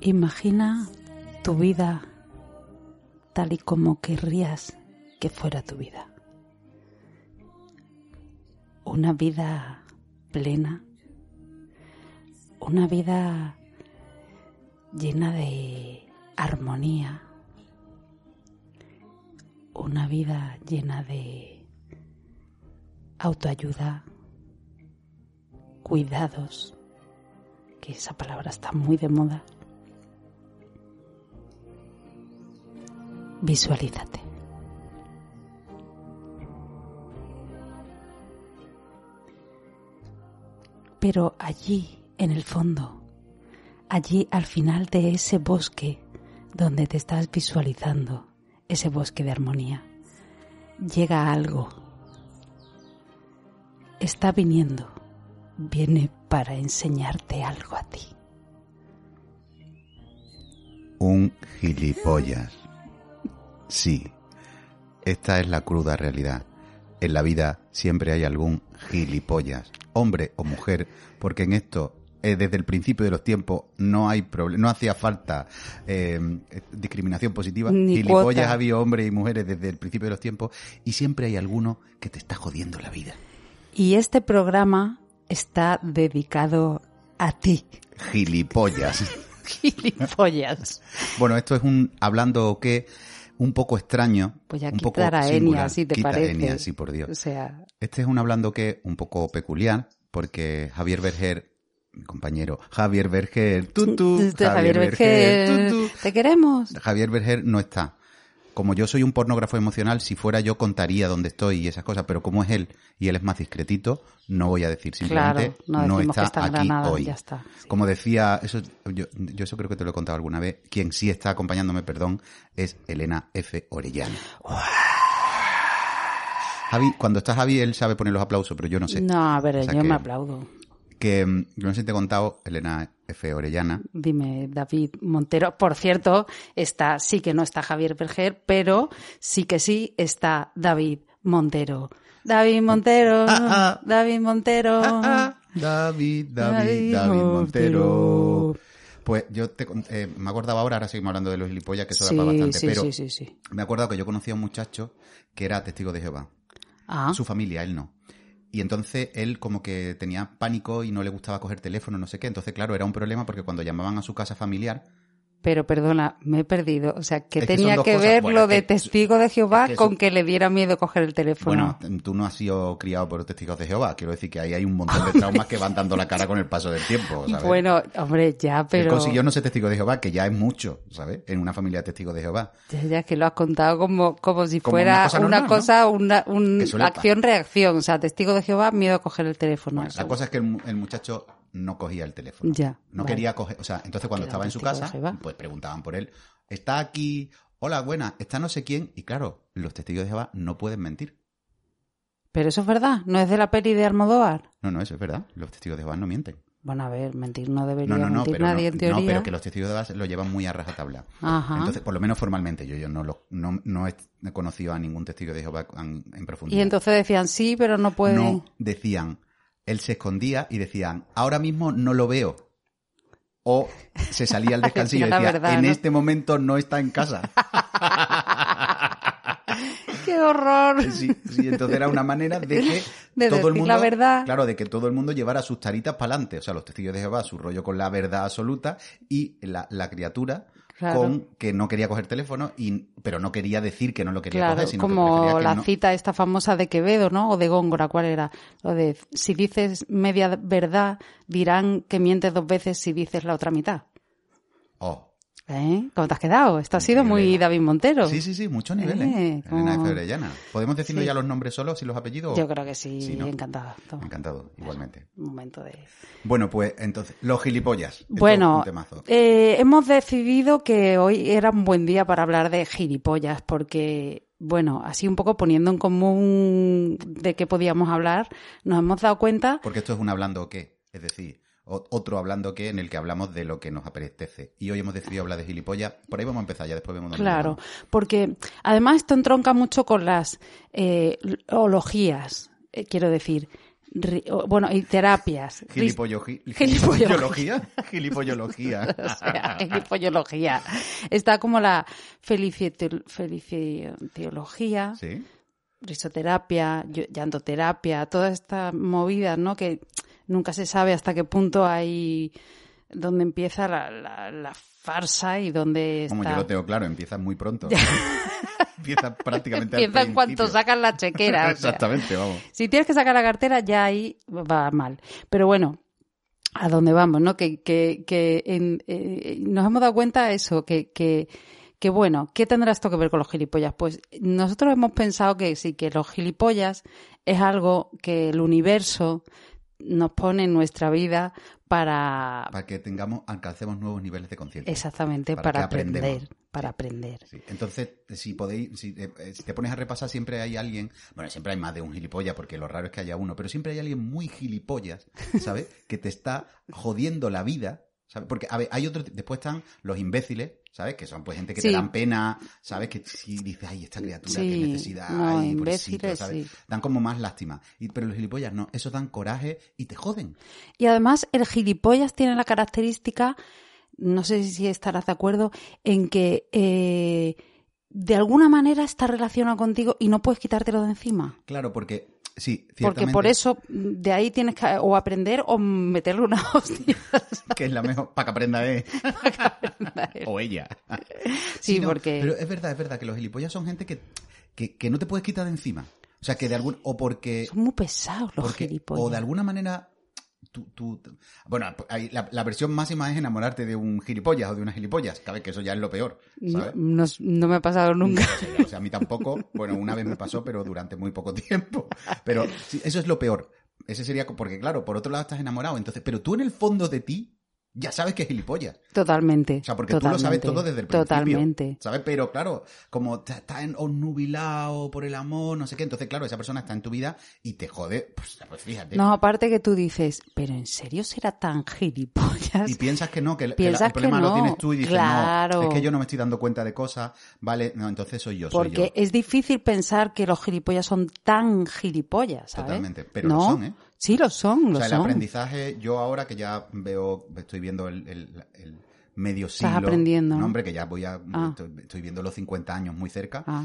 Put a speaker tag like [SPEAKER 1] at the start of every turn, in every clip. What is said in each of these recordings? [SPEAKER 1] Imagina tu vida tal y como querrías que fuera tu vida. Una vida plena, una vida llena de armonía, una vida llena de autoayuda, cuidados, que esa palabra está muy de moda. Visualízate. Pero allí, en el fondo, allí al final de ese bosque donde te estás visualizando, ese bosque de armonía, llega algo. Está viniendo, viene para enseñarte algo a ti.
[SPEAKER 2] Un gilipollas. Sí, esta es la cruda realidad. En la vida siempre hay algún gilipollas, hombre o mujer, porque en esto, eh, desde el principio de los tiempos, no hay problema, no hacía falta eh, discriminación positiva.
[SPEAKER 1] Ni
[SPEAKER 2] gilipollas
[SPEAKER 1] cuota.
[SPEAKER 2] ha habido hombres y mujeres desde el principio de los tiempos y siempre hay alguno que te está jodiendo la vida.
[SPEAKER 1] Y este programa está dedicado a ti,
[SPEAKER 2] Gilipollas.
[SPEAKER 1] gilipollas.
[SPEAKER 2] bueno, esto es un hablando o qué un poco extraño,
[SPEAKER 1] Voy a
[SPEAKER 2] un poco
[SPEAKER 1] Pues quitar a Enia,
[SPEAKER 2] singular.
[SPEAKER 1] si te
[SPEAKER 2] Quita a
[SPEAKER 1] parece.
[SPEAKER 2] Enya, sí, por Dios.
[SPEAKER 1] O sea,
[SPEAKER 2] Este es un hablando que un poco peculiar, porque Javier Berger, mi compañero, Javier Berger, tú, tú,
[SPEAKER 1] Javier, Berger,
[SPEAKER 2] tú,
[SPEAKER 1] te queremos.
[SPEAKER 2] tú. Javier Berger no está. Como yo soy un pornógrafo emocional, si fuera yo contaría dónde estoy y esas cosas, pero como es él y él es más discretito, no voy a decir simplemente
[SPEAKER 1] Claro, no decimos
[SPEAKER 2] está
[SPEAKER 1] que está en
[SPEAKER 2] aquí
[SPEAKER 1] Granada,
[SPEAKER 2] hoy.
[SPEAKER 1] ya está. sí.
[SPEAKER 2] Como decía, eso, yo, yo eso creo que te lo he contado alguna vez, quien sí está acompañándome, perdón, es Elena F. Orellana. Javi, cuando está Javi, él sabe poner los aplausos, pero yo no sé.
[SPEAKER 1] No, a ver,
[SPEAKER 2] O sea
[SPEAKER 1] yo
[SPEAKER 2] que-
[SPEAKER 1] me aplaudo.
[SPEAKER 2] Que mm, yo no sé si te he contado, Elena F. Orellana.
[SPEAKER 1] Dime, David Montero. Por cierto, está, sí que no está Javier Berger, pero sí que sí está David Montero. David Montero,
[SPEAKER 2] Ah, ah.
[SPEAKER 1] David Montero.
[SPEAKER 2] David,
[SPEAKER 1] Oh. David
[SPEAKER 2] David, David Montero.
[SPEAKER 1] Montero.
[SPEAKER 2] Pues yo te, con- eh, me acordaba ahora, ahora seguimos hablando de los gilipollas, que eso da
[SPEAKER 1] Sí,
[SPEAKER 2] para bastante,
[SPEAKER 1] sí,
[SPEAKER 2] pero
[SPEAKER 1] sí, sí, sí.
[SPEAKER 2] me he acordado que yo conocía a un muchacho que era testigo de Jehová.
[SPEAKER 1] Ah,
[SPEAKER 2] su familia, él no. Y entonces él como que tenía pánico y no le gustaba coger teléfono, no sé qué. Entonces, claro, era un problema porque cuando llamaban a su casa familiar...
[SPEAKER 1] pero perdona, me he perdido. O sea, ¿qué
[SPEAKER 2] Es que son
[SPEAKER 1] tenía que,
[SPEAKER 2] dos cosas.
[SPEAKER 1] ver
[SPEAKER 2] Bueno,
[SPEAKER 1] lo
[SPEAKER 2] es
[SPEAKER 1] de
[SPEAKER 2] que-
[SPEAKER 1] testigo de Jehová
[SPEAKER 2] es que
[SPEAKER 1] con
[SPEAKER 2] eso-
[SPEAKER 1] que le diera miedo coger el teléfono?
[SPEAKER 2] Bueno, tú no has sido criado por testigos de Jehová. Quiero decir que ahí hay un montón de traumas que van dando la cara con el paso del tiempo, ¿sabes?
[SPEAKER 1] Bueno, hombre, ya,
[SPEAKER 2] Él
[SPEAKER 1] pero...
[SPEAKER 2] consiguió no ser testigo de Jehová, que ya es mucho, ¿sabes? En una familia de testigos de Jehová.
[SPEAKER 1] Ya, ya, que lo has contado como, como si
[SPEAKER 2] Como
[SPEAKER 1] fuera
[SPEAKER 2] una cosa normal,
[SPEAKER 1] una
[SPEAKER 2] ¿no?
[SPEAKER 1] cosa, una, un
[SPEAKER 2] Que suele pasar.
[SPEAKER 1] acción-reacción. O sea, testigo de Jehová, miedo a coger el teléfono.
[SPEAKER 2] Bueno, la
[SPEAKER 1] Eso.
[SPEAKER 2] cosa es que el, mu- el muchacho no cogía el teléfono.
[SPEAKER 1] Ya,
[SPEAKER 2] No
[SPEAKER 1] vale.
[SPEAKER 2] quería coger, o sea, entonces cuando
[SPEAKER 1] Claro,
[SPEAKER 2] estaba en su
[SPEAKER 1] testigo de
[SPEAKER 2] casa,
[SPEAKER 1] Jehová.
[SPEAKER 2] pues preguntaban por él, está aquí, hola, buena, está no sé quién, y claro, los testigos de Jehová no pueden mentir.
[SPEAKER 1] Pero eso es verdad, no es de la peli de Almodóvar.
[SPEAKER 2] No, no, eso es verdad, los testigos de Jehová no mienten.
[SPEAKER 1] Bueno, a ver, mentir no debería
[SPEAKER 2] No, no, no,
[SPEAKER 1] mentir
[SPEAKER 2] pero, no,
[SPEAKER 1] nadie en
[SPEAKER 2] no,
[SPEAKER 1] teoría.
[SPEAKER 2] pero que los testigos de Jehová lo llevan muy a rajatabla.
[SPEAKER 1] Ajá.
[SPEAKER 2] Entonces, por lo menos formalmente, yo, yo no, lo, no, no he conocido a ningún testigo de Jehová en, en profundidad.
[SPEAKER 1] y entonces pues, decían sí, pero no pueden.
[SPEAKER 2] No, decían, él se escondía y decían, ahora mismo no lo veo. O se salía al descansillo y
[SPEAKER 1] Decía la
[SPEAKER 2] decía,
[SPEAKER 1] verdad,
[SPEAKER 2] en
[SPEAKER 1] ¿no?
[SPEAKER 2] este momento no está en casa.
[SPEAKER 1] ¡Qué horror!
[SPEAKER 2] Sí, sí, entonces era una manera de que
[SPEAKER 1] De
[SPEAKER 2] todo
[SPEAKER 1] decir
[SPEAKER 2] el mundo,
[SPEAKER 1] la verdad.
[SPEAKER 2] claro, de que todo el mundo llevara sus taritas para adelante, o sea, los testigos de Jehová, su rollo con la verdad absoluta y la, la criatura
[SPEAKER 1] Claro.
[SPEAKER 2] con que no quería coger teléfono y pero no quería decir que no lo quería
[SPEAKER 1] Claro,
[SPEAKER 2] coger, sino que prefería
[SPEAKER 1] como
[SPEAKER 2] que
[SPEAKER 1] la
[SPEAKER 2] no-
[SPEAKER 1] cita esta famosa de Quevedo, ¿no? O de Góngora, ¿cuál era? Lo de si dices media verdad, dirán que mientes dos veces si dices la otra mitad.
[SPEAKER 2] Oh,
[SPEAKER 1] ¿Eh? ¿Cómo te has quedado? Esto ha sido muy
[SPEAKER 2] Elena.
[SPEAKER 1] David Montero.
[SPEAKER 2] Sí, sí, sí, muchos niveles.
[SPEAKER 1] Eh,
[SPEAKER 2] Elena
[SPEAKER 1] como-
[SPEAKER 2] Febrellana. ¿Podemos decirnos
[SPEAKER 1] Sí.
[SPEAKER 2] ya los nombres solos y los apellidos?
[SPEAKER 1] Yo creo que sí,
[SPEAKER 2] Sí, ¿no?
[SPEAKER 1] encantado. Toma,
[SPEAKER 2] Encantado, igualmente.
[SPEAKER 1] un momento de...
[SPEAKER 2] Bueno, pues entonces, los gilipollas. Esto es
[SPEAKER 1] Bueno,
[SPEAKER 2] un temazo.
[SPEAKER 1] eh, hemos decidido que hoy era un buen día para hablar de gilipollas, porque, bueno, así un poco poniendo en común de qué podíamos hablar, nos hemos dado cuenta,
[SPEAKER 2] Porque esto es un hablando que, es decir, o- otro hablando que en el que hablamos de lo que nos apetece. Y hoy hemos decidido hablar de gilipollas. Por ahí vamos a empezar, ya después vemos dónde
[SPEAKER 1] claro,
[SPEAKER 2] nos
[SPEAKER 1] porque además esto entronca mucho con las eh, ologías, eh, quiero decir, ri- o- bueno, y terapias.
[SPEAKER 2] vamos. Gilipollo- gi-
[SPEAKER 1] Gilipollología.
[SPEAKER 2] Gilipollología. Gilipollología.
[SPEAKER 1] O sea, gilipollología. Está como la felicitio- felicitiología.
[SPEAKER 2] Sí.
[SPEAKER 1] risoterapia, yo- llantoterapia, todas estas movidas, ¿no? Que nunca se sabe hasta qué punto hay donde empieza la, la- la farsa y dónde está.
[SPEAKER 2] Como yo lo tengo claro, empieza muy pronto. empieza prácticamente al
[SPEAKER 1] empieza en cuanto
[SPEAKER 2] principio.
[SPEAKER 1] sacan la chequera. o sea.
[SPEAKER 2] Exactamente, vamos.
[SPEAKER 1] Si tienes que sacar la cartera, ya ahí va mal. Pero bueno, a dónde vamos, ¿no? Que, que, que en- eh, nos hemos dado cuenta de eso, que, que, que bueno, ¿qué tendrá esto que ver con los gilipollas? Pues nosotros hemos pensado que sí, que los gilipollas es algo que el universo nos pone en nuestra vida para,
[SPEAKER 2] Para que tengamos, alcancemos nuevos niveles de conciencia.
[SPEAKER 1] exactamente,
[SPEAKER 2] para
[SPEAKER 1] para,
[SPEAKER 2] que aprendemos.
[SPEAKER 1] aprender, para aprender.
[SPEAKER 2] Sí, Entonces, si podéis, si, eh, eh, si te pones a repasar, siempre hay alguien, bueno, siempre hay más de un gilipollas, porque lo raro es que haya uno, pero siempre hay alguien muy gilipollas, ¿sabes? que te está jodiendo la vida, ¿sabes? Porque, a ver, hay otro, después están los imbéciles, ¿sabes? Que son pues gente que te
[SPEAKER 1] Sí.
[SPEAKER 2] dan pena, ¿sabes? Que si dices, ay, esta criatura, qué
[SPEAKER 1] Sí,
[SPEAKER 2] necesidad,
[SPEAKER 1] no,
[SPEAKER 2] ay,
[SPEAKER 1] imbéciles,
[SPEAKER 2] pobrecito", ¿sabes?
[SPEAKER 1] sí.
[SPEAKER 2] Dan como más lástima. Y, pero los gilipollas no, esos dan coraje y te joden.
[SPEAKER 1] Y además el gilipollas tiene la característica, no sé si estarás de acuerdo, en que eh, de alguna manera está relacionado contigo y no puedes quitártelo de encima.
[SPEAKER 2] Claro, porque, sí,
[SPEAKER 1] Porque
[SPEAKER 2] ciertamente,
[SPEAKER 1] por eso mm, de ahí tienes que o aprender o meterle una hostia.
[SPEAKER 2] que es la mejor, para que aprenda él o ella.
[SPEAKER 1] Sí,
[SPEAKER 2] no,
[SPEAKER 1] porque...
[SPEAKER 2] Pero es verdad, es verdad que los gilipollas son gente que, que, que no te puedes quitar de encima. O sea, que de algún. O porque.
[SPEAKER 1] Son muy pesados los
[SPEAKER 2] porque-
[SPEAKER 1] gilipollas.
[SPEAKER 2] o de alguna manera. Tú, tú- bueno, hay- la, la versión máxima es enamorarte de un gilipollas o de unas gilipollas. Cabe que eso ya es lo peor.
[SPEAKER 1] no,
[SPEAKER 2] ¿sabes? Mm.
[SPEAKER 1] no- no me ha pasado nunca.
[SPEAKER 2] O sea, a mí tampoco. Bueno, una vez me pasó, pero durante muy poco tiempo. Pero sí, eso es lo peor. Ese sería. co- Porque, claro, por otro lado estás enamorado. Entonces, pero tú en el fondo de ti. Ya sabes que es gilipollas.
[SPEAKER 1] Totalmente.
[SPEAKER 2] O sea, porque tú lo sabes todo desde el principio.
[SPEAKER 1] Totalmente.
[SPEAKER 2] ¿Sabes? Pero claro, como ta- está en- obnubilado por el amor, no sé qué. Entonces, claro, esa persona está en tu vida y te jode. Pues, pues fíjate.
[SPEAKER 1] No, aparte que tú dices, pero ¿en serio será tan gilipollas?
[SPEAKER 2] Y piensas que no, que, el- que
[SPEAKER 1] Piensas
[SPEAKER 2] la- el problema
[SPEAKER 1] que
[SPEAKER 2] lo
[SPEAKER 1] no,
[SPEAKER 2] tienes tú y dices,
[SPEAKER 1] claro.
[SPEAKER 2] no, es que yo no me estoy dando cuenta de cosas, vale, no, entonces Pues soy yo, soy
[SPEAKER 1] Porque
[SPEAKER 2] yo.
[SPEAKER 1] es difícil pensar que los gilipollas son tan gilipollas, ¿sabes?
[SPEAKER 2] Totalmente, pero lo son, ¿eh?
[SPEAKER 1] Sí, lo son,
[SPEAKER 2] O
[SPEAKER 1] lo
[SPEAKER 2] sea, el
[SPEAKER 1] son.
[SPEAKER 2] aprendizaje, yo ahora que ya veo, estoy viendo el, el- el medio siglo.
[SPEAKER 1] Estás aprendiendo,
[SPEAKER 2] No,
[SPEAKER 1] ¿no?
[SPEAKER 2] hombre, que ya voy a,
[SPEAKER 1] Ah.
[SPEAKER 2] estoy, estoy viendo los 50 años muy cerca.
[SPEAKER 1] Ah,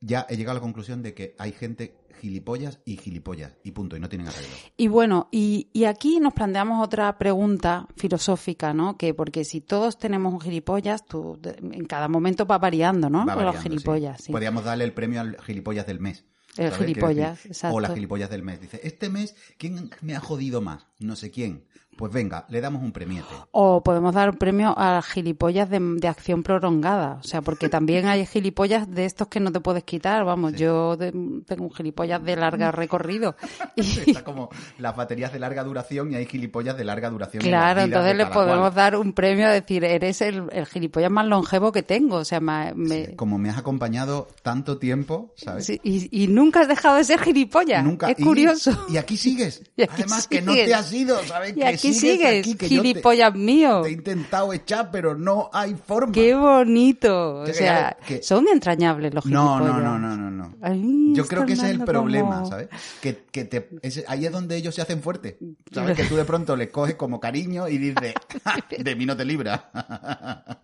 [SPEAKER 2] Ya he llegado a la conclusión de que hay gente gilipollas y gilipollas, y punto, y no tienen arreglo.
[SPEAKER 1] Y bueno, y, y aquí nos planteamos otra pregunta filosófica, ¿no? Que porque si todos tenemos un gilipollas, tú de- en cada momento va variando, ¿no?
[SPEAKER 2] Va variando,
[SPEAKER 1] los gilipollas,
[SPEAKER 2] sí.
[SPEAKER 1] sí.
[SPEAKER 2] Podríamos darle el premio al gilipollas del mes.
[SPEAKER 1] El
[SPEAKER 2] ¿sabes? Quiero
[SPEAKER 1] gilipollas, exacto.
[SPEAKER 2] O las gilipollas del mes. Dice, este mes, ¿quién me ha jodido más? No sé quién. Pues venga, le damos un premiete.
[SPEAKER 1] O podemos dar un premio a gilipollas de, de acción prolongada. O sea, porque también hay gilipollas de estos que no te puedes quitar. Vamos, yo de- tengo un gilipollas de largo recorrido. Y,
[SPEAKER 2] Está como las baterías de larga duración y hay gilipollas de larga duración. en
[SPEAKER 1] claro,
[SPEAKER 2] las vidas de
[SPEAKER 1] entonces le
[SPEAKER 2] cada cual.
[SPEAKER 1] podemos dar un premio a decir, eres el, el gilipollas más longevo que tengo. O sea, ma- me-
[SPEAKER 2] Sí, Eh, Como me has acompañado tanto tiempo, ¿sabes?
[SPEAKER 1] sí, y, y nunca has dejado de ser gilipollas.
[SPEAKER 2] Nunca.
[SPEAKER 1] es
[SPEAKER 2] y-
[SPEAKER 1] curioso.
[SPEAKER 2] Y, aquí sigues.
[SPEAKER 1] Y aquí
[SPEAKER 2] Además que no
[SPEAKER 1] sigues.
[SPEAKER 2] te has ido, ¿sabes?
[SPEAKER 1] Y
[SPEAKER 2] Que
[SPEAKER 1] aquí
[SPEAKER 2] sigues,
[SPEAKER 1] sigues,
[SPEAKER 2] aquí, que yo te-
[SPEAKER 1] gilipollas mío.
[SPEAKER 2] Te he intentado echar, pero no hay forma.
[SPEAKER 1] Qué bonito. O
[SPEAKER 2] Te
[SPEAKER 1] sea,
[SPEAKER 2] regalo- que-
[SPEAKER 1] son entrañables los
[SPEAKER 2] No,
[SPEAKER 1] gilipollas.
[SPEAKER 2] no, no, no, no, no.
[SPEAKER 1] Ay,
[SPEAKER 2] Yo creo
[SPEAKER 1] están
[SPEAKER 2] que ese es el
[SPEAKER 1] dando
[SPEAKER 2] problema,
[SPEAKER 1] como-
[SPEAKER 2] ¿sabes? Que, que te, ese- ahí es donde ellos se hacen fuertes. ¿Sabes? Que tú de pronto les coges como cariño y dices, "Ja, de mí no te libra.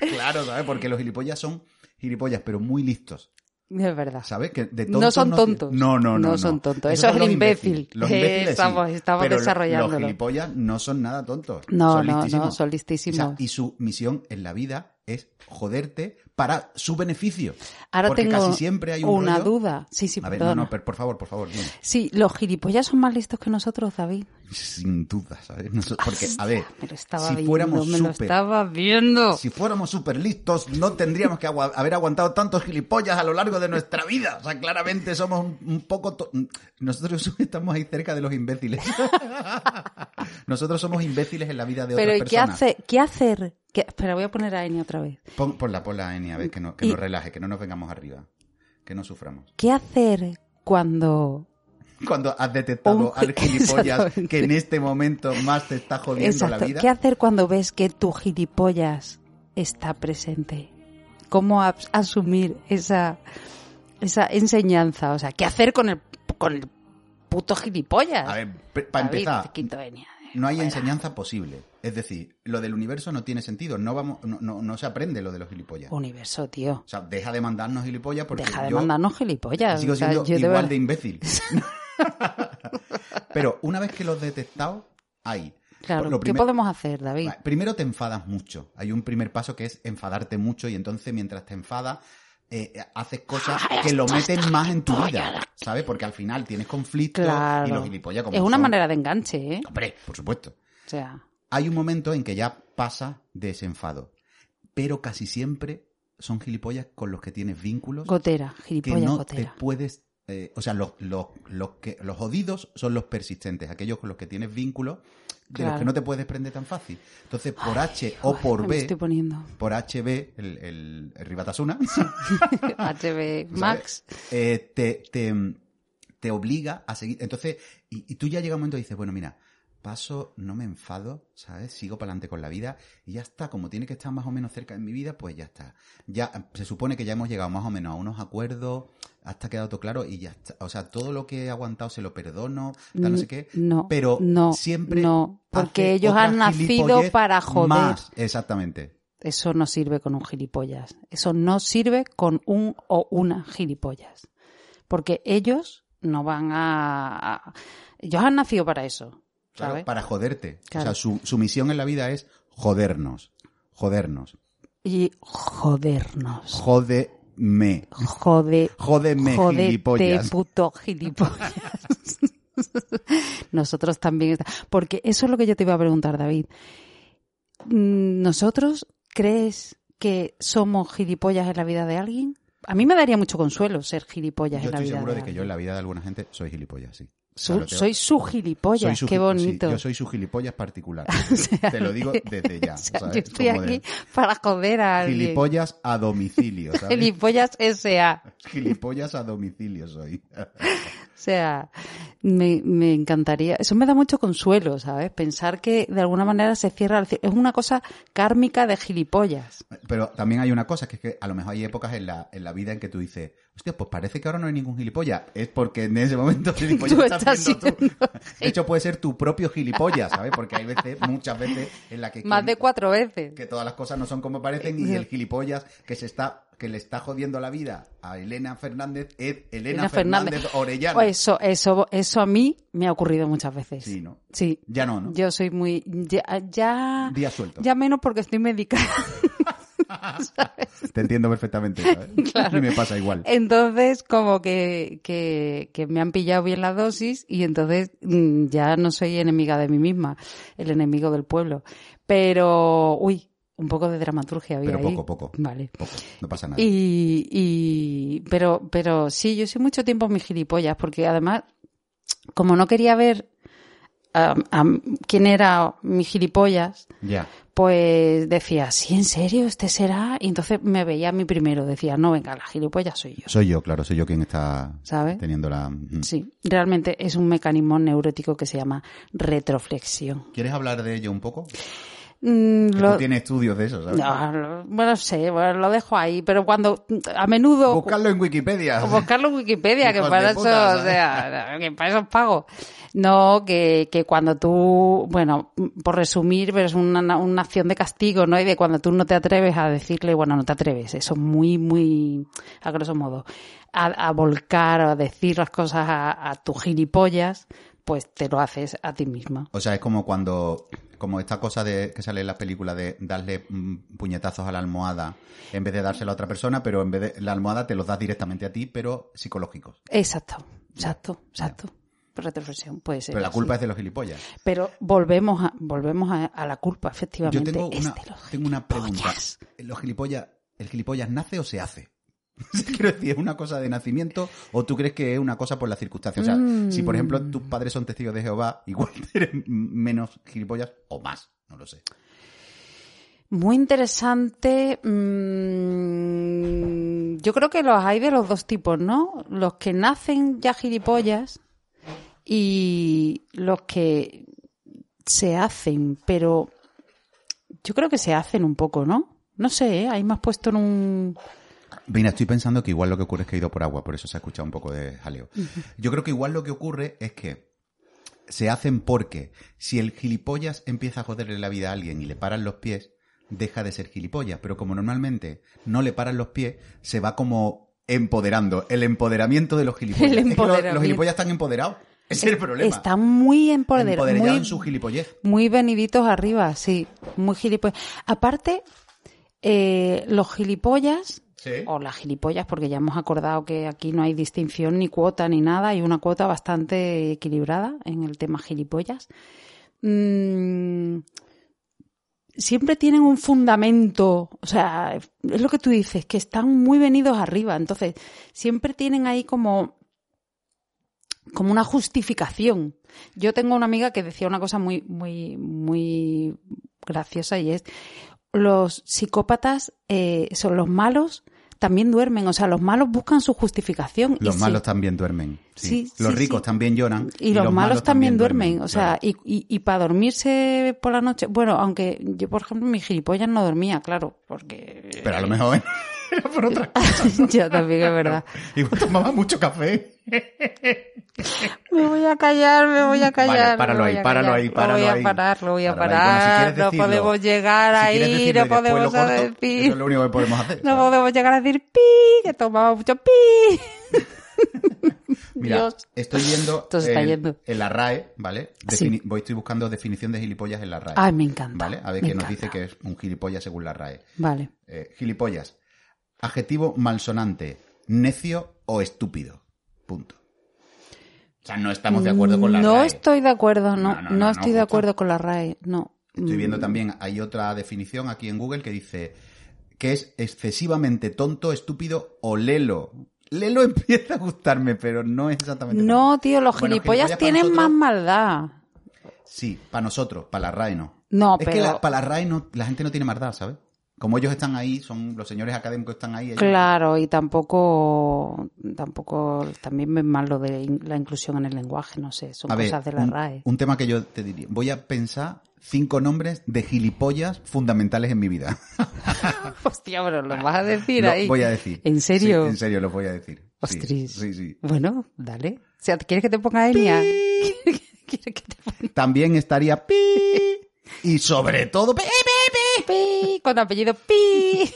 [SPEAKER 2] claro, ¿sabes? Porque los gilipollas son gilipollas, pero muy listos.
[SPEAKER 1] Es verdad.
[SPEAKER 2] ¿Sabes? Que de
[SPEAKER 1] No son
[SPEAKER 2] tienen-
[SPEAKER 1] tontos.
[SPEAKER 2] No, no, no.
[SPEAKER 1] No son tontos.
[SPEAKER 2] Esos
[SPEAKER 1] Eso es
[SPEAKER 2] son
[SPEAKER 1] el
[SPEAKER 2] los
[SPEAKER 1] imbécil.
[SPEAKER 2] imbéciles. Los imbéciles sí.
[SPEAKER 1] Estamos- estamos
[SPEAKER 2] Pero lo- Los
[SPEAKER 1] desarrollándolo.
[SPEAKER 2] gilipollas no son nada tontos.
[SPEAKER 1] No,
[SPEAKER 2] son
[SPEAKER 1] no,
[SPEAKER 2] listísimos.
[SPEAKER 1] no, son listísimos.
[SPEAKER 2] O sea, y su misión en la vida es joderte para su beneficio.
[SPEAKER 1] Ahora
[SPEAKER 2] Porque
[SPEAKER 1] tengo
[SPEAKER 2] casi siempre hay un
[SPEAKER 1] una
[SPEAKER 2] rollo-
[SPEAKER 1] duda. Sí, sí,
[SPEAKER 2] A ver, no,
[SPEAKER 1] perdona.
[SPEAKER 2] no, pero por favor, por favor, dime.
[SPEAKER 1] Sí, los gilipollas son más listos que nosotros, David.
[SPEAKER 2] Sin duda, ¿sabes? No sé- porque, a ver,
[SPEAKER 1] Ah, Me lo estaba
[SPEAKER 2] si
[SPEAKER 1] viendo,
[SPEAKER 2] fuéramos
[SPEAKER 1] me lo
[SPEAKER 2] súper
[SPEAKER 1] estaba viendo.
[SPEAKER 2] si fuéramos súper listos, no tendríamos que agua- haber aguantado tantos gilipollas a lo largo de nuestra vida. O sea, claramente somos un, un poco... to- Nosotros estamos ahí cerca de los imbéciles. Nosotros somos imbéciles en la vida de
[SPEAKER 1] Pero ¿y
[SPEAKER 2] otras
[SPEAKER 1] qué,
[SPEAKER 2] personas.
[SPEAKER 1] hace, qué hacer? ¿Qué- Espera, voy a poner a Enya otra vez.
[SPEAKER 2] Pon, ponla, ponla, Eni, a ver, que, no, que
[SPEAKER 1] Y-
[SPEAKER 2] nos relaje, que no nos vengamos arriba. Que no suframos.
[SPEAKER 1] ¿Qué hacer cuando...
[SPEAKER 2] Cuando has detectado
[SPEAKER 1] Un-
[SPEAKER 2] al gilipollas
[SPEAKER 1] Exactamente.
[SPEAKER 2] que en este momento más te está jodiendo la
[SPEAKER 1] Exacto.
[SPEAKER 2] vida.
[SPEAKER 1] ¿Qué hacer cuando ves que tu gilipollas está presente? ¿Cómo abs- asumir esa, esa enseñanza? O sea, ¿qué hacer con el, con el puto gilipollas?
[SPEAKER 2] A ver, para
[SPEAKER 1] David,
[SPEAKER 2] empezar,
[SPEAKER 1] te quito Enya.
[SPEAKER 2] No hay
[SPEAKER 1] Fuera.
[SPEAKER 2] enseñanza posible. Es decir, lo del universo no tiene sentido. No, vamos, no, no, no se aprende lo de los gilipollas. O
[SPEAKER 1] Universo, tío.
[SPEAKER 2] sea, deja de mandarnos gilipollas porque
[SPEAKER 1] Deja de
[SPEAKER 2] yo
[SPEAKER 1] mandarnos gilipollas.
[SPEAKER 2] sigo
[SPEAKER 1] O sea,
[SPEAKER 2] siendo
[SPEAKER 1] yo de
[SPEAKER 2] igual
[SPEAKER 1] verdad-
[SPEAKER 2] de imbécil. Pero una vez que los detectados, hay.
[SPEAKER 1] Claro,
[SPEAKER 2] Lo
[SPEAKER 1] ¿qué
[SPEAKER 2] primer-
[SPEAKER 1] podemos hacer, David?
[SPEAKER 2] Vale, Primero te enfadas mucho. Hay un primer paso que es enfadarte mucho y entonces mientras te enfadas eh, haces cosas
[SPEAKER 1] Ah,
[SPEAKER 2] que lo meten más en tu vida, ¿sabes? Porque al final tienes conflictos
[SPEAKER 1] Claro.
[SPEAKER 2] y los gilipollas como
[SPEAKER 1] es una
[SPEAKER 2] son-
[SPEAKER 1] manera de enganche, ¿eh?
[SPEAKER 2] Hombre, por supuesto.
[SPEAKER 1] O sea,
[SPEAKER 2] hay un momento en que ya pasa de ese enfado. Pero casi siempre son gilipollas con los que tienes vínculos
[SPEAKER 1] gotera,
[SPEAKER 2] que
[SPEAKER 1] gilipollas,
[SPEAKER 2] no
[SPEAKER 1] gotera.
[SPEAKER 2] te puedes. eh, o sea, los, los, los que, los jodidos son los persistentes, aquellos con los que tienes vínculos de los
[SPEAKER 1] Claro.
[SPEAKER 2] que no te puedes desprender tan fácil. Entonces, por H o
[SPEAKER 1] Joder,
[SPEAKER 2] por
[SPEAKER 1] me
[SPEAKER 2] B,
[SPEAKER 1] estoy poniendo
[SPEAKER 2] por HB, el, el, el Ribatasuna,
[SPEAKER 1] HB
[SPEAKER 2] ¿sabes?
[SPEAKER 1] Max.
[SPEAKER 2] Eh, te, te, te obliga a seguir. Entonces, y, y tú ya llega un momento y dices, bueno, mira, paso, no me enfado, ¿sabes? Sigo para adelante con la vida y ya está. Como tiene que estar más o menos cerca en mi vida, pues ya está. Ya eh, se supone que ya hemos llegado más o menos a unos acuerdos, hasta quedado todo claro y ya está. O sea, todo lo que he aguantado se lo perdono, tal, no sé qué.
[SPEAKER 1] No,
[SPEAKER 2] pero
[SPEAKER 1] no,
[SPEAKER 2] siempre
[SPEAKER 1] no, Mm, porque
[SPEAKER 2] hace
[SPEAKER 1] ellos
[SPEAKER 2] otra
[SPEAKER 1] han nacido
[SPEAKER 2] gilipollez
[SPEAKER 1] para joder.
[SPEAKER 2] Más, exactamente.
[SPEAKER 1] Eso no sirve con un gilipollas. Eso no sirve con un o una gilipollas. Porque ellos no van a... a- Ellos han nacido para eso,
[SPEAKER 2] Claro,
[SPEAKER 1] ¿sabes?
[SPEAKER 2] para joderte.
[SPEAKER 1] Claro.
[SPEAKER 2] O sea, su, su misión en la vida es jodernos. Jodernos.
[SPEAKER 1] Y jodernos.
[SPEAKER 2] Jódeme.
[SPEAKER 1] Jode
[SPEAKER 2] Jódeme,
[SPEAKER 1] Jodete,
[SPEAKER 2] gilipollas.
[SPEAKER 1] puto gilipollas. Nosotros también. está- Porque eso es lo que yo te iba a preguntar, David. Mm, ¿Nosotros crees que somos gilipollas en la vida de alguien? A mí me daría mucho consuelo ser gilipollas
[SPEAKER 2] Yo
[SPEAKER 1] en la
[SPEAKER 2] estoy
[SPEAKER 1] vida
[SPEAKER 2] seguro de que
[SPEAKER 1] alguien.
[SPEAKER 2] yo en la vida de alguna gente soy gilipollas, sí.
[SPEAKER 1] Su-
[SPEAKER 2] Claro, te-
[SPEAKER 1] soy su gilipollas,
[SPEAKER 2] soy su
[SPEAKER 1] qué
[SPEAKER 2] gil- sí,
[SPEAKER 1] bonito.
[SPEAKER 2] yo soy su gilipollas particular.
[SPEAKER 1] sea,
[SPEAKER 2] te lo digo desde ya.
[SPEAKER 1] O sea,
[SPEAKER 2] ¿sabes?
[SPEAKER 1] yo estoy
[SPEAKER 2] Como de
[SPEAKER 1] aquí para joder a alguien.
[SPEAKER 2] Gilipollas a domicilio, ¿sabes?
[SPEAKER 1] Gilipollas S.A.
[SPEAKER 2] Gilipollas a domicilio soy.
[SPEAKER 1] O sea, me, me encantaría. Eso me da mucho consuelo, ¿sabes? Pensar que de alguna manera se cierra. el ci- Es una cosa kármica de gilipollas.
[SPEAKER 2] Pero también hay una cosa, que es que a lo mejor hay épocas en la, en la vida en que tú dices, hostia, pues parece que ahora no hay ningún gilipollas. Es porque en ese momento gilipollas
[SPEAKER 1] Tú
[SPEAKER 2] estás
[SPEAKER 1] estás
[SPEAKER 2] siendo tú.
[SPEAKER 1] siendo
[SPEAKER 2] De hecho, puede ser tu propio gilipollas, ¿sabes? Porque hay veces, muchas veces, en las que,
[SPEAKER 1] Más de cuatro veces.
[SPEAKER 2] que todas las cosas no son como parecen y el gilipollas que se está que le está jodiendo la vida a Elena Fernández es Elena,
[SPEAKER 1] Elena
[SPEAKER 2] Fernández,
[SPEAKER 1] Fernández. Pues,
[SPEAKER 2] Orellana.
[SPEAKER 1] O Eso, eso, eso a mí me ha ocurrido muchas veces.
[SPEAKER 2] Sí, ¿no?
[SPEAKER 1] Sí.
[SPEAKER 2] Ya no, ¿no?
[SPEAKER 1] Yo soy muy. Ya, ya,
[SPEAKER 2] Día suelto.
[SPEAKER 1] ya menos porque estoy medicada.
[SPEAKER 2] Te entiendo perfectamente. ¿sabes? A mí me pasa igual.
[SPEAKER 1] Eh, Entonces, como que, que, que me han pillado bien la dosis y entonces mm, ya no soy enemiga de mí misma, el enemigo del pueblo. Pero, uy, un poco de dramaturgia había
[SPEAKER 2] Pero
[SPEAKER 1] ahí.
[SPEAKER 2] poco, poco. Ah.
[SPEAKER 1] Vale.
[SPEAKER 2] Poco, no pasa nada.
[SPEAKER 1] Y, y, pero, pero sí, yo soy mucho tiempo en mis gilipollas porque además, como no quería ver a, a quién era mi gilipollas,
[SPEAKER 2] Ya.
[SPEAKER 1] pues decía, sí, en serio, este será. Y entonces me veía a mí primero, decía, no, venga, la gilipollas soy yo.
[SPEAKER 2] Soy yo, claro, soy yo quien está
[SPEAKER 1] ¿Sabes?
[SPEAKER 2] teniendo la... mm. Ujú.
[SPEAKER 1] ¿Eh? Sí, realmente es un mecanismo neurótico que se llama retroflexión.
[SPEAKER 2] ¿Quieres hablar de ello un poco? Que
[SPEAKER 1] Mm,
[SPEAKER 2] tú
[SPEAKER 1] lo-
[SPEAKER 2] tienes estudios de eso, ¿sabes?
[SPEAKER 1] No, lo- bueno, sé, bueno, lo dejo ahí, pero cuando a menudo
[SPEAKER 2] Buscarlo en Wikipedia.
[SPEAKER 1] o buscarlo en Wikipedia, que
[SPEAKER 2] Hijos
[SPEAKER 1] para
[SPEAKER 2] de
[SPEAKER 1] eso,
[SPEAKER 2] puta,
[SPEAKER 1] o
[SPEAKER 2] ¿sabes?
[SPEAKER 1] sea, que para eso pago. No, que, que cuando tú, bueno, por resumir, pero es una, una acción de castigo, ¿no? Y de cuando tú no te atreves a decirle, bueno, no te atreves, eso muy, muy, a grosso modo, a, a volcar o a decir las cosas a, a tu gilipollas, pues te lo haces a ti misma.
[SPEAKER 2] O sea, es como cuando, como esta cosa de que sale en las películas de darle mm, puñetazos a la almohada en vez de dárselo a otra persona, pero en vez de la almohada te los das directamente a ti, pero psicológicos.
[SPEAKER 1] Exacto, exacto, exacto. Retroflexión, puede ser.
[SPEAKER 2] Pero la
[SPEAKER 1] así.
[SPEAKER 2] culpa es de los gilipollas.
[SPEAKER 1] Pero volvemos a, volvemos a, a la culpa, efectivamente.
[SPEAKER 2] Yo tengo
[SPEAKER 1] Es
[SPEAKER 2] una,
[SPEAKER 1] de los
[SPEAKER 2] tengo una pregunta.
[SPEAKER 1] gilipollas.
[SPEAKER 2] ¿Los gilipollas, ¿El gilipollas nace o se hace? Quiero decir, ¿es una cosa de nacimiento o tú crees que es una cosa por las circunstancias? O sea, si por ejemplo tus
[SPEAKER 1] Mm.
[SPEAKER 2] padres son testigos de Jehová, igual eres menos gilipollas o más, no lo sé.
[SPEAKER 1] Muy interesante. mm, yo creo que los hay de los dos tipos, ¿no? Los que nacen ya gilipollas y los que se hacen, pero yo creo que se hacen un poco, ¿no? No sé, ¿eh? ahí me has puesto en un...
[SPEAKER 2] Mira, estoy pensando que igual lo que ocurre es que he ido por agua, por eso se ha escuchado un poco de jaleo. Yo creo que igual lo que ocurre es que se hacen porque si el gilipollas empieza a joderle la vida a alguien y le paran los pies, deja de ser gilipollas. Pero como normalmente no le paran los pies, se va como empoderando. El empoderamiento de los gilipollas.
[SPEAKER 1] El
[SPEAKER 2] Es que los- los,
[SPEAKER 1] empoderamiento.
[SPEAKER 2] gilipollas están empoderados. Ese es el problema.
[SPEAKER 1] Está muy empoderado.
[SPEAKER 2] empoderados
[SPEAKER 1] muy-
[SPEAKER 2] en su gilipollez.
[SPEAKER 1] Muy veniditos arriba, sí. Muy gilipollas. Aparte, eh, los gilipollas,
[SPEAKER 2] Sí.
[SPEAKER 1] o las gilipollas, porque ya hemos acordado que aquí no hay distinción ni cuota ni nada, hay una cuota bastante equilibrada en el tema gilipollas. Mm, siempre tienen un fundamento, o sea, es lo que tú dices, que están muy venidos arriba, entonces siempre tienen ahí como como una justificación. Yo tengo una amiga que decía una cosa muy muy muy graciosa y es los psicópatas eh, son los malos también duermen, o sea, los malos buscan su justificación. y
[SPEAKER 2] Los
[SPEAKER 1] si-
[SPEAKER 2] malos también duermen. sí.
[SPEAKER 1] Sí,
[SPEAKER 2] los
[SPEAKER 1] sí,
[SPEAKER 2] ricos
[SPEAKER 1] sí.
[SPEAKER 2] también lloran.
[SPEAKER 1] y los, malos, también duermen, o sea,
[SPEAKER 2] claro.
[SPEAKER 1] y, para dormirse por la noche, bueno, aunque yo, por ejemplo, mi gilipollas no dormía, claro, porque...
[SPEAKER 2] Pero a lo mejor era por otra
[SPEAKER 1] yo también, es verdad.
[SPEAKER 2] Igual tomaba mucho café.
[SPEAKER 1] Me voy a callar, me voy a callar. me
[SPEAKER 2] Vale, páralo
[SPEAKER 1] voy
[SPEAKER 2] ahí,
[SPEAKER 1] a
[SPEAKER 2] páralo
[SPEAKER 1] callar.
[SPEAKER 2] ahí, páralo
[SPEAKER 1] Lo voy
[SPEAKER 2] ahí.
[SPEAKER 1] a parar, lo voy a
[SPEAKER 2] Páralo ahí. Bueno, si
[SPEAKER 1] parar.
[SPEAKER 2] quieres
[SPEAKER 1] no
[SPEAKER 2] decirlo,
[SPEAKER 1] podemos llegar
[SPEAKER 2] Si quieres
[SPEAKER 1] ahí, no
[SPEAKER 2] decirlo y después
[SPEAKER 1] podemos
[SPEAKER 2] lo corto,
[SPEAKER 1] hacer
[SPEAKER 2] Eso es
[SPEAKER 1] pi.
[SPEAKER 2] lo único que podemos hacer.
[SPEAKER 1] No
[SPEAKER 2] ¿sabes?
[SPEAKER 1] podemos llegar a decir pi, que tomaba mucho pi.
[SPEAKER 2] Mira,
[SPEAKER 1] Dios.
[SPEAKER 2] estoy viendo
[SPEAKER 1] Esto se está
[SPEAKER 2] el-
[SPEAKER 1] yendo.
[SPEAKER 2] en la RAE, ¿vale?
[SPEAKER 1] Sí.
[SPEAKER 2] Defini- Voy estoy buscando definición de gilipollas en la RAE.
[SPEAKER 1] Ay, me encanta.
[SPEAKER 2] ¿Vale? A ver
[SPEAKER 1] me
[SPEAKER 2] qué nos
[SPEAKER 1] encanta.
[SPEAKER 2] dice que es un gilipollas según la RAE.
[SPEAKER 1] Vale.
[SPEAKER 2] Eh, gilipollas. Adjetivo malsonante, necio o estúpido. Punto. O sea, no estamos de acuerdo con la
[SPEAKER 1] no
[SPEAKER 2] RAE.
[SPEAKER 1] estoy de acuerdo, no.
[SPEAKER 2] No,
[SPEAKER 1] No,
[SPEAKER 2] no, no,
[SPEAKER 1] estoy
[SPEAKER 2] no,
[SPEAKER 1] de
[SPEAKER 2] justo.
[SPEAKER 1] acuerdo con la RAE, no. Mm.
[SPEAKER 2] Estoy viendo también, hay otra definición aquí en Google que dice que es excesivamente tonto, estúpido o lelo. Lelo empieza a gustarme, pero no es exactamente.
[SPEAKER 1] No, tío, los
[SPEAKER 2] Bueno,
[SPEAKER 1] gilipollas,
[SPEAKER 2] gilipollas para
[SPEAKER 1] tienen
[SPEAKER 2] nosotros-
[SPEAKER 1] más maldad.
[SPEAKER 2] tonto. Sí, para nosotros, para la RAE no.
[SPEAKER 1] No,
[SPEAKER 2] es
[SPEAKER 1] pero...
[SPEAKER 2] que la- para la RAE no, la gente no tiene maldad, ¿sabes? Como ellos están ahí, son los señores académicos están ahí. ellos-
[SPEAKER 1] Claro, y tampoco, tampoco también ven mal lo de in- la inclusión en el lenguaje, no sé, son
[SPEAKER 2] A ver,
[SPEAKER 1] cosas de la
[SPEAKER 2] un,
[SPEAKER 1] RAE.
[SPEAKER 2] un tema que yo te diría. Voy a pensar cinco nombres de gilipollas fundamentales en mi vida.
[SPEAKER 1] Hostia, pero lo vas a decir
[SPEAKER 2] Lo
[SPEAKER 1] ahí.
[SPEAKER 2] voy a decir.
[SPEAKER 1] ¿En serio?
[SPEAKER 2] Sí, en serio, los voy a decir. Sí,
[SPEAKER 1] Ostris.
[SPEAKER 2] sí, sí.
[SPEAKER 1] Bueno, dale. O sea, ¿quieres que te ponga Enya? ¿Quieres que te ponga
[SPEAKER 2] también estaría pi y sobre todo pi, pi,
[SPEAKER 1] Pi? Con apellido Pi.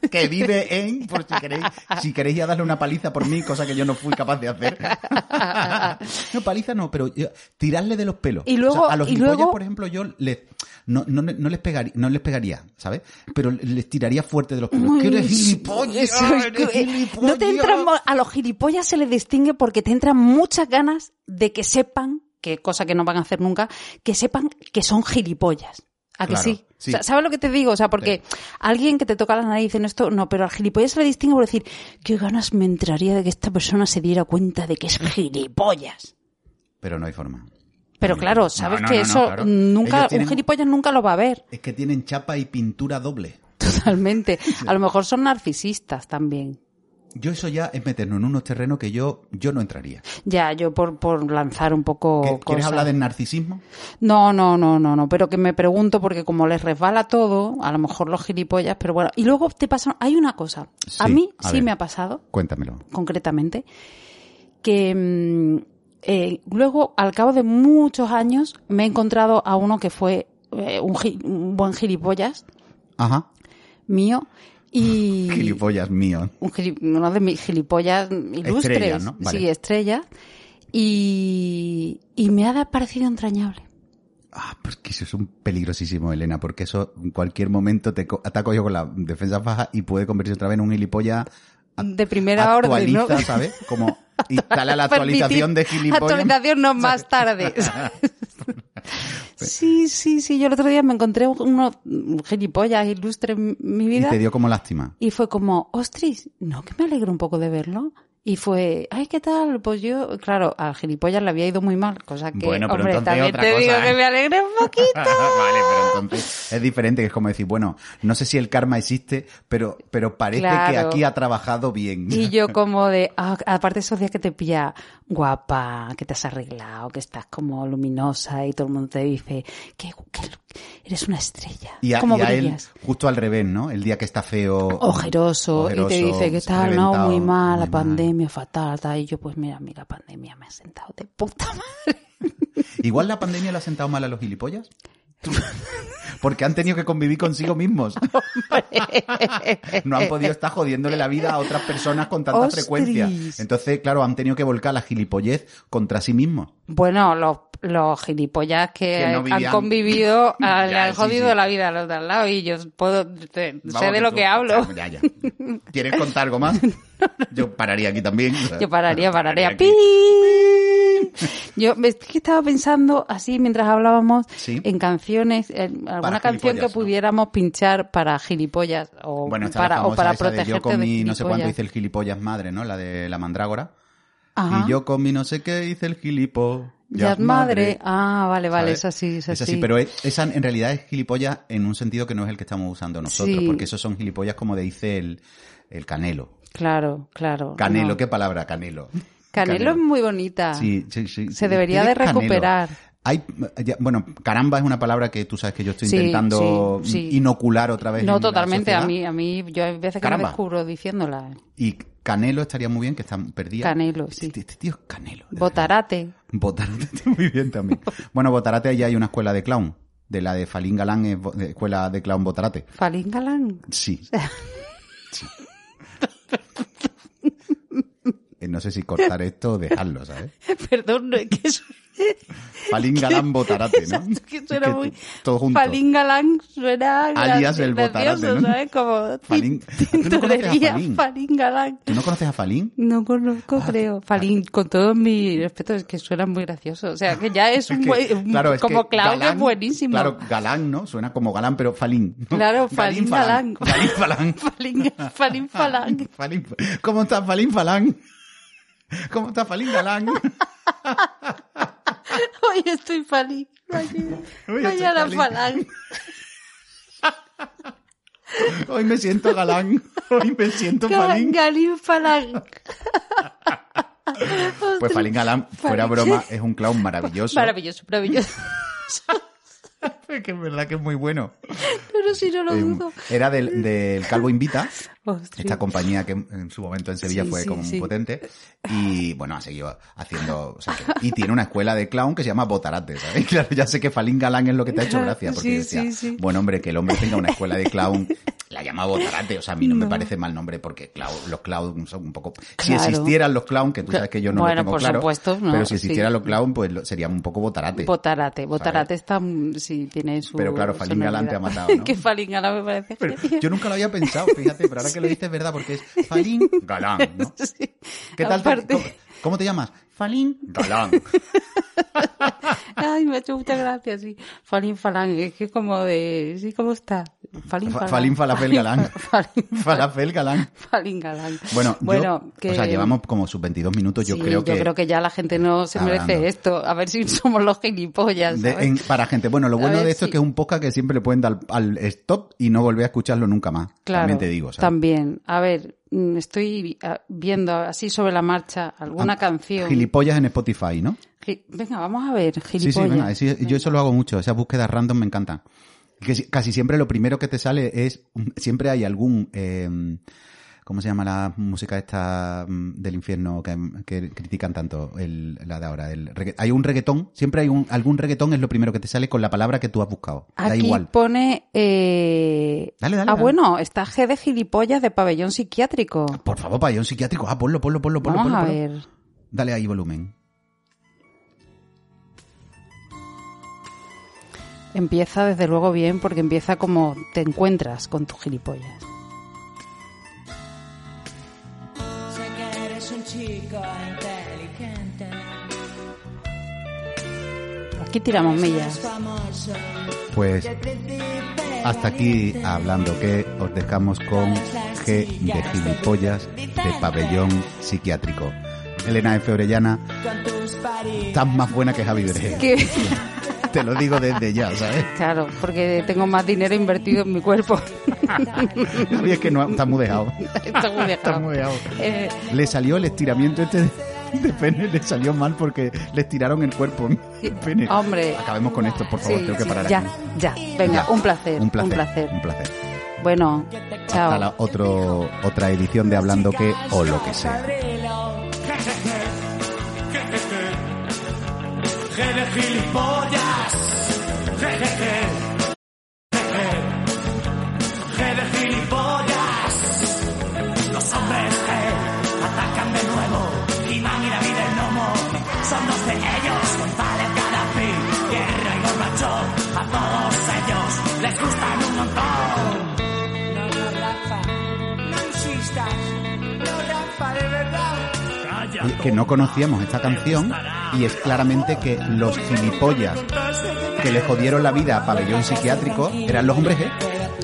[SPEAKER 2] pi, que vive en por si queréis si queréis ya darle una paliza por mí cosa que yo no fui capaz de hacer no paliza no pero yo- tirarle de los pelos
[SPEAKER 1] Y luego-
[SPEAKER 2] O sea, a los
[SPEAKER 1] y
[SPEAKER 2] gilipollas
[SPEAKER 1] luego-
[SPEAKER 2] por ejemplo yo les no, no, no les pegaría no les pegaría sabes pero les tiraría fuerte de los pelos que eres gilipollas
[SPEAKER 1] Eso es
[SPEAKER 2] eres
[SPEAKER 1] que- No te
[SPEAKER 2] gilipollas.
[SPEAKER 1] entran, mo- a los gilipollas se les distingue porque te entran muchas ganas de que sepan, que cosa que no van a hacer nunca, que sepan que son gilipollas. ¿A que
[SPEAKER 2] Claro,
[SPEAKER 1] sí?
[SPEAKER 2] sí.
[SPEAKER 1] O sea, ¿Sabes lo que te digo? O sea, porque alguien que te toca la nariz en esto, no, pero al gilipollas se le distingue por decir, qué ganas me entraría de que esta persona se diera cuenta de que es gilipollas.
[SPEAKER 2] pero no hay forma
[SPEAKER 1] Pero claro, sabes
[SPEAKER 2] Mm. No, no,
[SPEAKER 1] que
[SPEAKER 2] no, no,
[SPEAKER 1] eso
[SPEAKER 2] claro. Ellos
[SPEAKER 1] nunca,
[SPEAKER 2] tienen-
[SPEAKER 1] un gilipollas nunca lo va a ver.
[SPEAKER 2] es que tienen chapa y pintura doble
[SPEAKER 1] Totalmente. A lo mejor son narcisistas también.
[SPEAKER 2] yo eso ya es meternos en unos terrenos que yo yo no entraría
[SPEAKER 1] Ya, yo por, por lanzar un poco.
[SPEAKER 2] ¿Qué- ¿Quieres
[SPEAKER 1] cosas.
[SPEAKER 2] hablar del narcisismo?
[SPEAKER 1] No, no, no, no, no. Pero que me pregunto porque como les resbala todo, a lo mejor los gilipollas, pero bueno. Y luego te pasan. Hay una cosa. a
[SPEAKER 2] Sí,
[SPEAKER 1] mí
[SPEAKER 2] a
[SPEAKER 1] sí
[SPEAKER 2] ver.
[SPEAKER 1] me ha pasado,
[SPEAKER 2] Cuéntamelo.
[SPEAKER 1] concretamente, que mm, eh, luego, al cabo de muchos años, me he encontrado a uno que fue eh, un, gi- un buen gilipollas
[SPEAKER 2] Ajá.
[SPEAKER 1] mío y.
[SPEAKER 2] Gilipollas mío.
[SPEAKER 1] un gili- uno de mis gilipollas ilustres,
[SPEAKER 2] Estrellas, ¿no? Vale.
[SPEAKER 1] sí, estrellas, Y, y me ha parecido entrañable.
[SPEAKER 2] Ah, porque eso es un peligrosísimo, Elena, porque eso en cualquier momento te co- ataco yo con la defensa baja y puede convertirse otra vez en un gilipollas. a-
[SPEAKER 1] De primera orden, ¿no?
[SPEAKER 2] actualiza, ¿sabes? Como instala la actualización de
[SPEAKER 1] Permitir
[SPEAKER 2] gilipollas.
[SPEAKER 1] Actualización no más tarde. sí, sí, sí. Yo el otro día me encontré unos gilipollas ilustres en mi
[SPEAKER 2] Y
[SPEAKER 1] vida.
[SPEAKER 2] te dio como lástima.
[SPEAKER 1] Y fue como, ostris, no, que me alegro un poco de verlo. Y fue, ay, ¿qué tal? Pues yo, claro, al gilipollas le había ido muy mal, cosa que,
[SPEAKER 2] Bueno, pero
[SPEAKER 1] hombre,
[SPEAKER 2] entonces
[SPEAKER 1] también
[SPEAKER 2] otra
[SPEAKER 1] te
[SPEAKER 2] cosa,
[SPEAKER 1] digo
[SPEAKER 2] ¿eh?
[SPEAKER 1] que me alegre un poquito.
[SPEAKER 2] Ah, vale, pero entonces es diferente, que es como decir, bueno, no sé si el karma existe, pero, pero parece que
[SPEAKER 1] Claro.
[SPEAKER 2] aquí ha trabajado bien.
[SPEAKER 1] Y yo como de, ah, aparte esos días que te pilla guapa, que te has arreglado, que estás como luminosa y todo el mundo te dice, que, eres una estrella.
[SPEAKER 2] Y a,
[SPEAKER 1] ¿Cómo
[SPEAKER 2] y a él,
[SPEAKER 1] brillas?
[SPEAKER 2] justo al revés, ¿no? El día que está feo.
[SPEAKER 1] Ojeroso, y te
[SPEAKER 2] ojeroso,
[SPEAKER 1] dice que tal, no,
[SPEAKER 2] reventado,
[SPEAKER 1] muy mal, la
[SPEAKER 2] muy
[SPEAKER 1] pandemia, fatal, tal. Y yo, pues mira, mira, pandemia me ha sentado de puta madre.
[SPEAKER 2] Igual la pandemia le ha sentado mal a los gilipollas. Porque han tenido que convivir consigo mismos. No han podido estar jodiéndole la vida a otras personas con tanta
[SPEAKER 1] Ostris.
[SPEAKER 2] frecuencia. Entonces, claro, han tenido que volcar la gilipollez contra sí mismos.
[SPEAKER 1] Bueno, los, los gilipollas que,
[SPEAKER 2] Que no
[SPEAKER 1] han
[SPEAKER 2] vivían.
[SPEAKER 1] convivido ah, le
[SPEAKER 2] Ya,
[SPEAKER 1] han
[SPEAKER 2] sí,
[SPEAKER 1] jodido
[SPEAKER 2] sí.
[SPEAKER 1] la vida a los de al lado y yo puedo, te- sé
[SPEAKER 2] Vamos,
[SPEAKER 1] de lo
[SPEAKER 2] tú-
[SPEAKER 1] que hablo.
[SPEAKER 2] Ya, ya. ¿Quieres contar algo más? Yo pararía aquí también.
[SPEAKER 1] Yo pararía, pararía.
[SPEAKER 2] aquí.
[SPEAKER 1] ¡Pim! Yo me- es que estaba pensando así mientras hablábamos
[SPEAKER 2] Sí.
[SPEAKER 1] en canciones, en alguna
[SPEAKER 2] Para
[SPEAKER 1] canción que
[SPEAKER 2] gilipollas, ¿no?
[SPEAKER 1] pudiéramos pinchar para gilipollas o
[SPEAKER 2] Bueno, está la
[SPEAKER 1] para, o
[SPEAKER 2] famosa
[SPEAKER 1] para
[SPEAKER 2] esa de
[SPEAKER 1] protegerte
[SPEAKER 2] yo comí
[SPEAKER 1] de
[SPEAKER 2] no sé cuánto
[SPEAKER 1] gilipollas.
[SPEAKER 2] dice el gilipollas madre, ¿no? La de la mandrágora.
[SPEAKER 1] Ajá.
[SPEAKER 2] Y yo comí no sé qué dice el gilipo.
[SPEAKER 1] Ya es madre. Ah, vale, vale,
[SPEAKER 2] ¿sabes?
[SPEAKER 1] esa sí, esa
[SPEAKER 2] Es
[SPEAKER 1] sí.
[SPEAKER 2] así, pero es- esa en realidad es gilipollas en un sentido que no es el que estamos usando nosotros,
[SPEAKER 1] Sí.
[SPEAKER 2] porque esos son gilipollas como dice el, el Canelo.
[SPEAKER 1] Claro, claro.
[SPEAKER 2] Canelo,
[SPEAKER 1] no.
[SPEAKER 2] ¿qué palabra? Canelo.
[SPEAKER 1] Canelo es muy bonita.
[SPEAKER 2] Sí, sí, sí.
[SPEAKER 1] Se debería de
[SPEAKER 2] Tiene Canelo.
[SPEAKER 1] recuperar.
[SPEAKER 2] Hay, ya- bueno, caramba es una palabra que tú sabes que yo estoy
[SPEAKER 1] Sí,
[SPEAKER 2] intentando
[SPEAKER 1] sí, sí.
[SPEAKER 2] inocular otra vez. en
[SPEAKER 1] No,
[SPEAKER 2] la
[SPEAKER 1] totalmente. A
[SPEAKER 2] sociedad.
[SPEAKER 1] mí, a mí, yo hay veces que
[SPEAKER 2] Caramba.
[SPEAKER 1] me descubro diciéndola.
[SPEAKER 2] Y Canelo estaría muy bien, que está perdida.
[SPEAKER 1] Canelo, sí.
[SPEAKER 2] Este, este tío es Canelo. de verdad.
[SPEAKER 1] Botarate.
[SPEAKER 2] Botarate está muy bien también. Bueno, Botarate allá hay una escuela de clown. De la de Falín Galán es bo- de escuela de clown Botarate.
[SPEAKER 1] Falín Galán.
[SPEAKER 2] Sí. Sí. Eh, No sé si cortar esto o dejarlo, ¿sabes?
[SPEAKER 1] Perdón, no, es que eso-
[SPEAKER 2] Falín Galán Botarate, ¿no?
[SPEAKER 1] Exacto, que suena
[SPEAKER 2] Es
[SPEAKER 1] muy-
[SPEAKER 2] Todo junto.
[SPEAKER 1] Falín Galán suena
[SPEAKER 2] Alias el
[SPEAKER 1] gracioso,
[SPEAKER 2] botarate, ¿no?
[SPEAKER 1] ¿sabes? Como
[SPEAKER 2] Falín-
[SPEAKER 1] tin-
[SPEAKER 2] ¿Tú no conoces a
[SPEAKER 1] tintorería,
[SPEAKER 2] Falín? Ah,
[SPEAKER 1] Falín Galán.
[SPEAKER 2] ¿Tú no conoces a Falín?
[SPEAKER 1] No conozco, creo. Falín, con todo mi respeto, es que suena muy gracioso. O sea, que ya es un,
[SPEAKER 2] Es que,
[SPEAKER 1] buen- un-
[SPEAKER 2] claro, es
[SPEAKER 1] como
[SPEAKER 2] que
[SPEAKER 1] Claudio
[SPEAKER 2] Galán-
[SPEAKER 1] es buenísimo.
[SPEAKER 2] Claro, Galán, ¿no? Suena como Galán, pero Falín. ¿no?
[SPEAKER 1] Claro, Falín Galán.
[SPEAKER 2] Falín Falán.
[SPEAKER 1] Falín, Falín Falán.
[SPEAKER 2] Falín, ¿Cómo está Falín Falán? ¿Cómo está Falín Galán?
[SPEAKER 1] Hoy estoy Falín.
[SPEAKER 2] Hoy estoy
[SPEAKER 1] Mañana
[SPEAKER 2] Falín.
[SPEAKER 1] Falán.
[SPEAKER 2] Hoy me siento galán. Hoy me siento Falín.
[SPEAKER 1] Galín Falán.
[SPEAKER 2] Pues Falín Galán, fuera
[SPEAKER 1] Falín.
[SPEAKER 2] broma, es un clown maravilloso.
[SPEAKER 1] Maravilloso, maravilloso.
[SPEAKER 2] Es que es verdad que es muy bueno.
[SPEAKER 1] Pero si no lo
[SPEAKER 2] Eh,
[SPEAKER 1] dudo.
[SPEAKER 2] Era del, del Calvo Invita,
[SPEAKER 1] Ostras.
[SPEAKER 2] esta compañía que en en su momento en Sevilla
[SPEAKER 1] Sí,
[SPEAKER 2] fue
[SPEAKER 1] sí,
[SPEAKER 2] como muy
[SPEAKER 1] sí.
[SPEAKER 2] potente. Y bueno, ha seguido haciendo. o sea, que- y tiene una escuela de clown que se llama Botarate, ¿sabes? Claro, ya sé que Falín Galán es lo que te ha hecho gracia. Porque
[SPEAKER 1] Sí,
[SPEAKER 2] yo decía,
[SPEAKER 1] sí, sí.
[SPEAKER 2] bueno, hombre, que el hombre tenga una escuela de clown. La llama Botarate, o sea, a mí no, me parece mal nombre porque clown- los clowns son un poco... Si
[SPEAKER 1] Claro.
[SPEAKER 2] existieran los clowns, que tú sabes que yo no
[SPEAKER 1] Bueno,
[SPEAKER 2] lo tengo
[SPEAKER 1] por
[SPEAKER 2] claro,
[SPEAKER 1] supuesto, no,
[SPEAKER 2] pero si
[SPEAKER 1] sí.
[SPEAKER 2] existieran los clowns, pues lo- serían un poco Botarate.
[SPEAKER 1] Botarate, Botarate está, mm, sí, tiene su.
[SPEAKER 2] Pero claro, Falín Galán te ha
[SPEAKER 1] sonoridad.
[SPEAKER 2] matado, ¿no?
[SPEAKER 1] que Falín Galán me parece.
[SPEAKER 2] Pero
[SPEAKER 1] genial.
[SPEAKER 2] yo nunca lo había pensado, fíjate, pero ahora que lo dices es verdad, porque es Falín Galán, ¿no?
[SPEAKER 1] Sí.
[SPEAKER 2] ¿Qué tal? te-
[SPEAKER 1] Aparte-
[SPEAKER 2] cómo, cómo te llamas? Falín Galán.
[SPEAKER 1] Ay, me ha hecho mucha gracia, sí. Falín Falán, es que como de. Sí, ¿cómo está? Falín
[SPEAKER 2] Fa-
[SPEAKER 1] Falán.
[SPEAKER 2] Falín Falafel Galán.
[SPEAKER 1] Fa- Falín,
[SPEAKER 2] Falafel Galán.
[SPEAKER 1] Falín Galán.
[SPEAKER 2] Bueno, yo-
[SPEAKER 1] Bueno, que-
[SPEAKER 2] o sea, llevamos como sus 22 minutos, yo
[SPEAKER 1] sí,
[SPEAKER 2] creo que...
[SPEAKER 1] ya la gente no se merece
[SPEAKER 2] Hablando.
[SPEAKER 1] esto. A ver si somos los gilipollas.
[SPEAKER 2] de-
[SPEAKER 1] ¿sabes?
[SPEAKER 2] en- para gente. Bueno, lo
[SPEAKER 1] A
[SPEAKER 2] bueno
[SPEAKER 1] ver
[SPEAKER 2] de esto
[SPEAKER 1] si-
[SPEAKER 2] es que es un podcast que siempre le pueden dar al stop y no volver a escucharlo nunca más.
[SPEAKER 1] Claro,
[SPEAKER 2] También te digo, ¿sabes?
[SPEAKER 1] también. A ver, mm, estoy ah, viendo así sobre la marcha alguna
[SPEAKER 2] Ah,
[SPEAKER 1] canción.
[SPEAKER 2] Gilipollas en Spotify, ¿no?
[SPEAKER 1] Gi- Venga, vamos a ver, gilipollas.
[SPEAKER 2] Sí, sí, venga, sí, yo eso lo hago mucho, esas búsquedas random me encantan. Que si- casi siempre lo primero que te sale es, un- siempre hay algún, eh, ¿cómo se llama la música esta mm, del infierno que, que critican tanto? El, la de ahora, el regga- hay un reggaetón, siempre hay un, algún reggaetón es lo primero que te sale con la palabra que tú has buscado. da
[SPEAKER 1] Aquí
[SPEAKER 2] igual.
[SPEAKER 1] pone. eh,
[SPEAKER 2] Dale, dale,
[SPEAKER 1] ah,
[SPEAKER 2] dale.
[SPEAKER 1] bueno, está G de gilipollas de pabellón psiquiátrico.
[SPEAKER 2] Por favor, pabellón psiquiátrico, ah, ponlo, ponlo, ponlo, ponlo,
[SPEAKER 1] Vamos
[SPEAKER 2] ponlo,
[SPEAKER 1] a
[SPEAKER 2] ponlo.
[SPEAKER 1] ver.
[SPEAKER 2] Dale ahí volumen.
[SPEAKER 1] Empieza desde luego bien porque empieza como te encuentras con tu gilipollas.
[SPEAKER 3] Sé que eres un chico inteligente.
[SPEAKER 1] Aquí tiramos millas.
[SPEAKER 3] Famoso.
[SPEAKER 2] Pues
[SPEAKER 3] El príncipe
[SPEAKER 2] hasta aquí hablando que os dejamos con G de gilipollas de pabellón psiquiátrico. Elena F. Orellana,
[SPEAKER 3] con tus paris.
[SPEAKER 2] tan más buena que Javi Beret.
[SPEAKER 1] Que-
[SPEAKER 2] Te lo digo desde ya, ¿sabes?
[SPEAKER 1] Claro, porque tengo más dinero invertido en mi cuerpo.
[SPEAKER 2] Javi es que no, ha- está muy dejado.
[SPEAKER 1] Está muy
[SPEAKER 2] Está
[SPEAKER 1] dejado.
[SPEAKER 2] muy dejado.
[SPEAKER 1] Eh,
[SPEAKER 2] Le salió el estiramiento este de, de pene, le salió mal porque le estiraron el cuerpo. El pene.
[SPEAKER 1] Hombre.
[SPEAKER 2] Acabemos con esto, por favor,
[SPEAKER 1] sí,
[SPEAKER 2] tengo que
[SPEAKER 1] sí,
[SPEAKER 2] parar.
[SPEAKER 1] ya,
[SPEAKER 2] aquí.
[SPEAKER 1] ya. Venga,
[SPEAKER 2] Ya.
[SPEAKER 1] un placer,
[SPEAKER 2] Un placer.
[SPEAKER 1] Un placer.
[SPEAKER 2] Un placer.
[SPEAKER 1] Bueno,
[SPEAKER 2] Hasta
[SPEAKER 1] chao.
[SPEAKER 2] la otro, otra edición de Hablando que o lo que sea.
[SPEAKER 3] Cocodrilo.
[SPEAKER 4] Gene gilipollas. Jejeje. Jeje. Gene gilipollas. Los hombres G atacan de nuevo. Iván y David el Nomo son dos de ellos. González Gaddafi, Guerra y Gorbachov. A todos ellos les gustan un montón.
[SPEAKER 3] No, no, Rafa. No insistas. No, Rafa, de verdad.
[SPEAKER 2] Oye, que no conocíamos esta canción y es claramente que los gilipollas que le jodieron la vida a pabellón psiquiátrico eran los hombres G.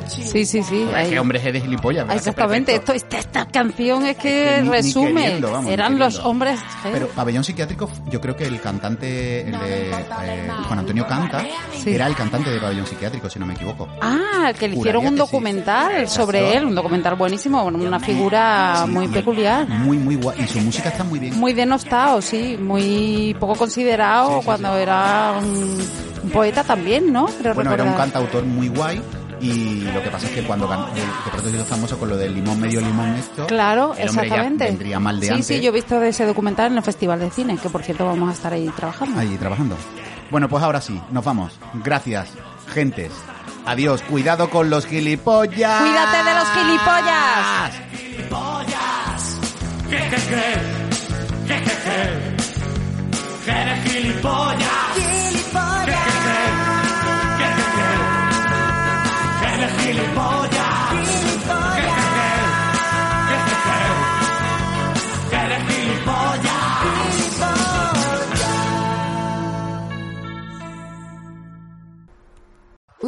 [SPEAKER 1] Sí, sí, sí. ahí.
[SPEAKER 2] ¿Qué hombres G de gilipollas? ¿verdad?
[SPEAKER 1] Exactamente,
[SPEAKER 2] Perfecto.
[SPEAKER 1] esto, esta, esta canción es
[SPEAKER 2] Que
[SPEAKER 1] que
[SPEAKER 2] ni- ni
[SPEAKER 1] resume.
[SPEAKER 2] queriendo, vamos, ni
[SPEAKER 1] Eran los
[SPEAKER 2] queriendo.
[SPEAKER 1] hombres. ¿eh? G.
[SPEAKER 2] Pero pabellón psiquiátrico, yo creo que el cantante, el de, eh, Juan Antonio Canta,
[SPEAKER 1] Sí.
[SPEAKER 2] era el cantante de pabellón psiquiátrico, si no me equivoco.
[SPEAKER 1] Ah, que le hicieron
[SPEAKER 2] Juraría
[SPEAKER 1] un
[SPEAKER 2] que sí.
[SPEAKER 1] documental sobre
[SPEAKER 2] Exacto.
[SPEAKER 1] él, un documental buenísimo, una figura
[SPEAKER 2] Sí,
[SPEAKER 1] muy
[SPEAKER 2] y-
[SPEAKER 1] peculiar.
[SPEAKER 2] Muy, muy guay. Y su música está muy bien.
[SPEAKER 1] Muy denostado, sí, muy poco considerado cuando era un, un poeta también, ¿no? Creo
[SPEAKER 2] Bueno, era un
[SPEAKER 1] recordar.
[SPEAKER 2] cantautor muy guay y lo que pasa es que cuando gan- de de pronto se hizo famoso con lo del limón medio limón esto,
[SPEAKER 1] Claro,
[SPEAKER 2] el hombre ya
[SPEAKER 1] exactamente.
[SPEAKER 2] vendría mal de
[SPEAKER 1] sí,
[SPEAKER 2] antes
[SPEAKER 1] sí, yo he visto ese documental en el Festival de Cine, que por cierto vamos a estar ahí trabajando.
[SPEAKER 2] ahí trabajando. Bueno, pues ahora sí, nos vamos. Gracias, gentes. Adiós, cuidado con los gilipollas.
[SPEAKER 1] ¡Cuídate de los gilipollas!
[SPEAKER 4] gilipollas. Jejeje. Jejeje. Gene gilipollas. Jejeje. Jejeje. Gene gilipollas. Jejeje. Jejeje. Gene gilipollas.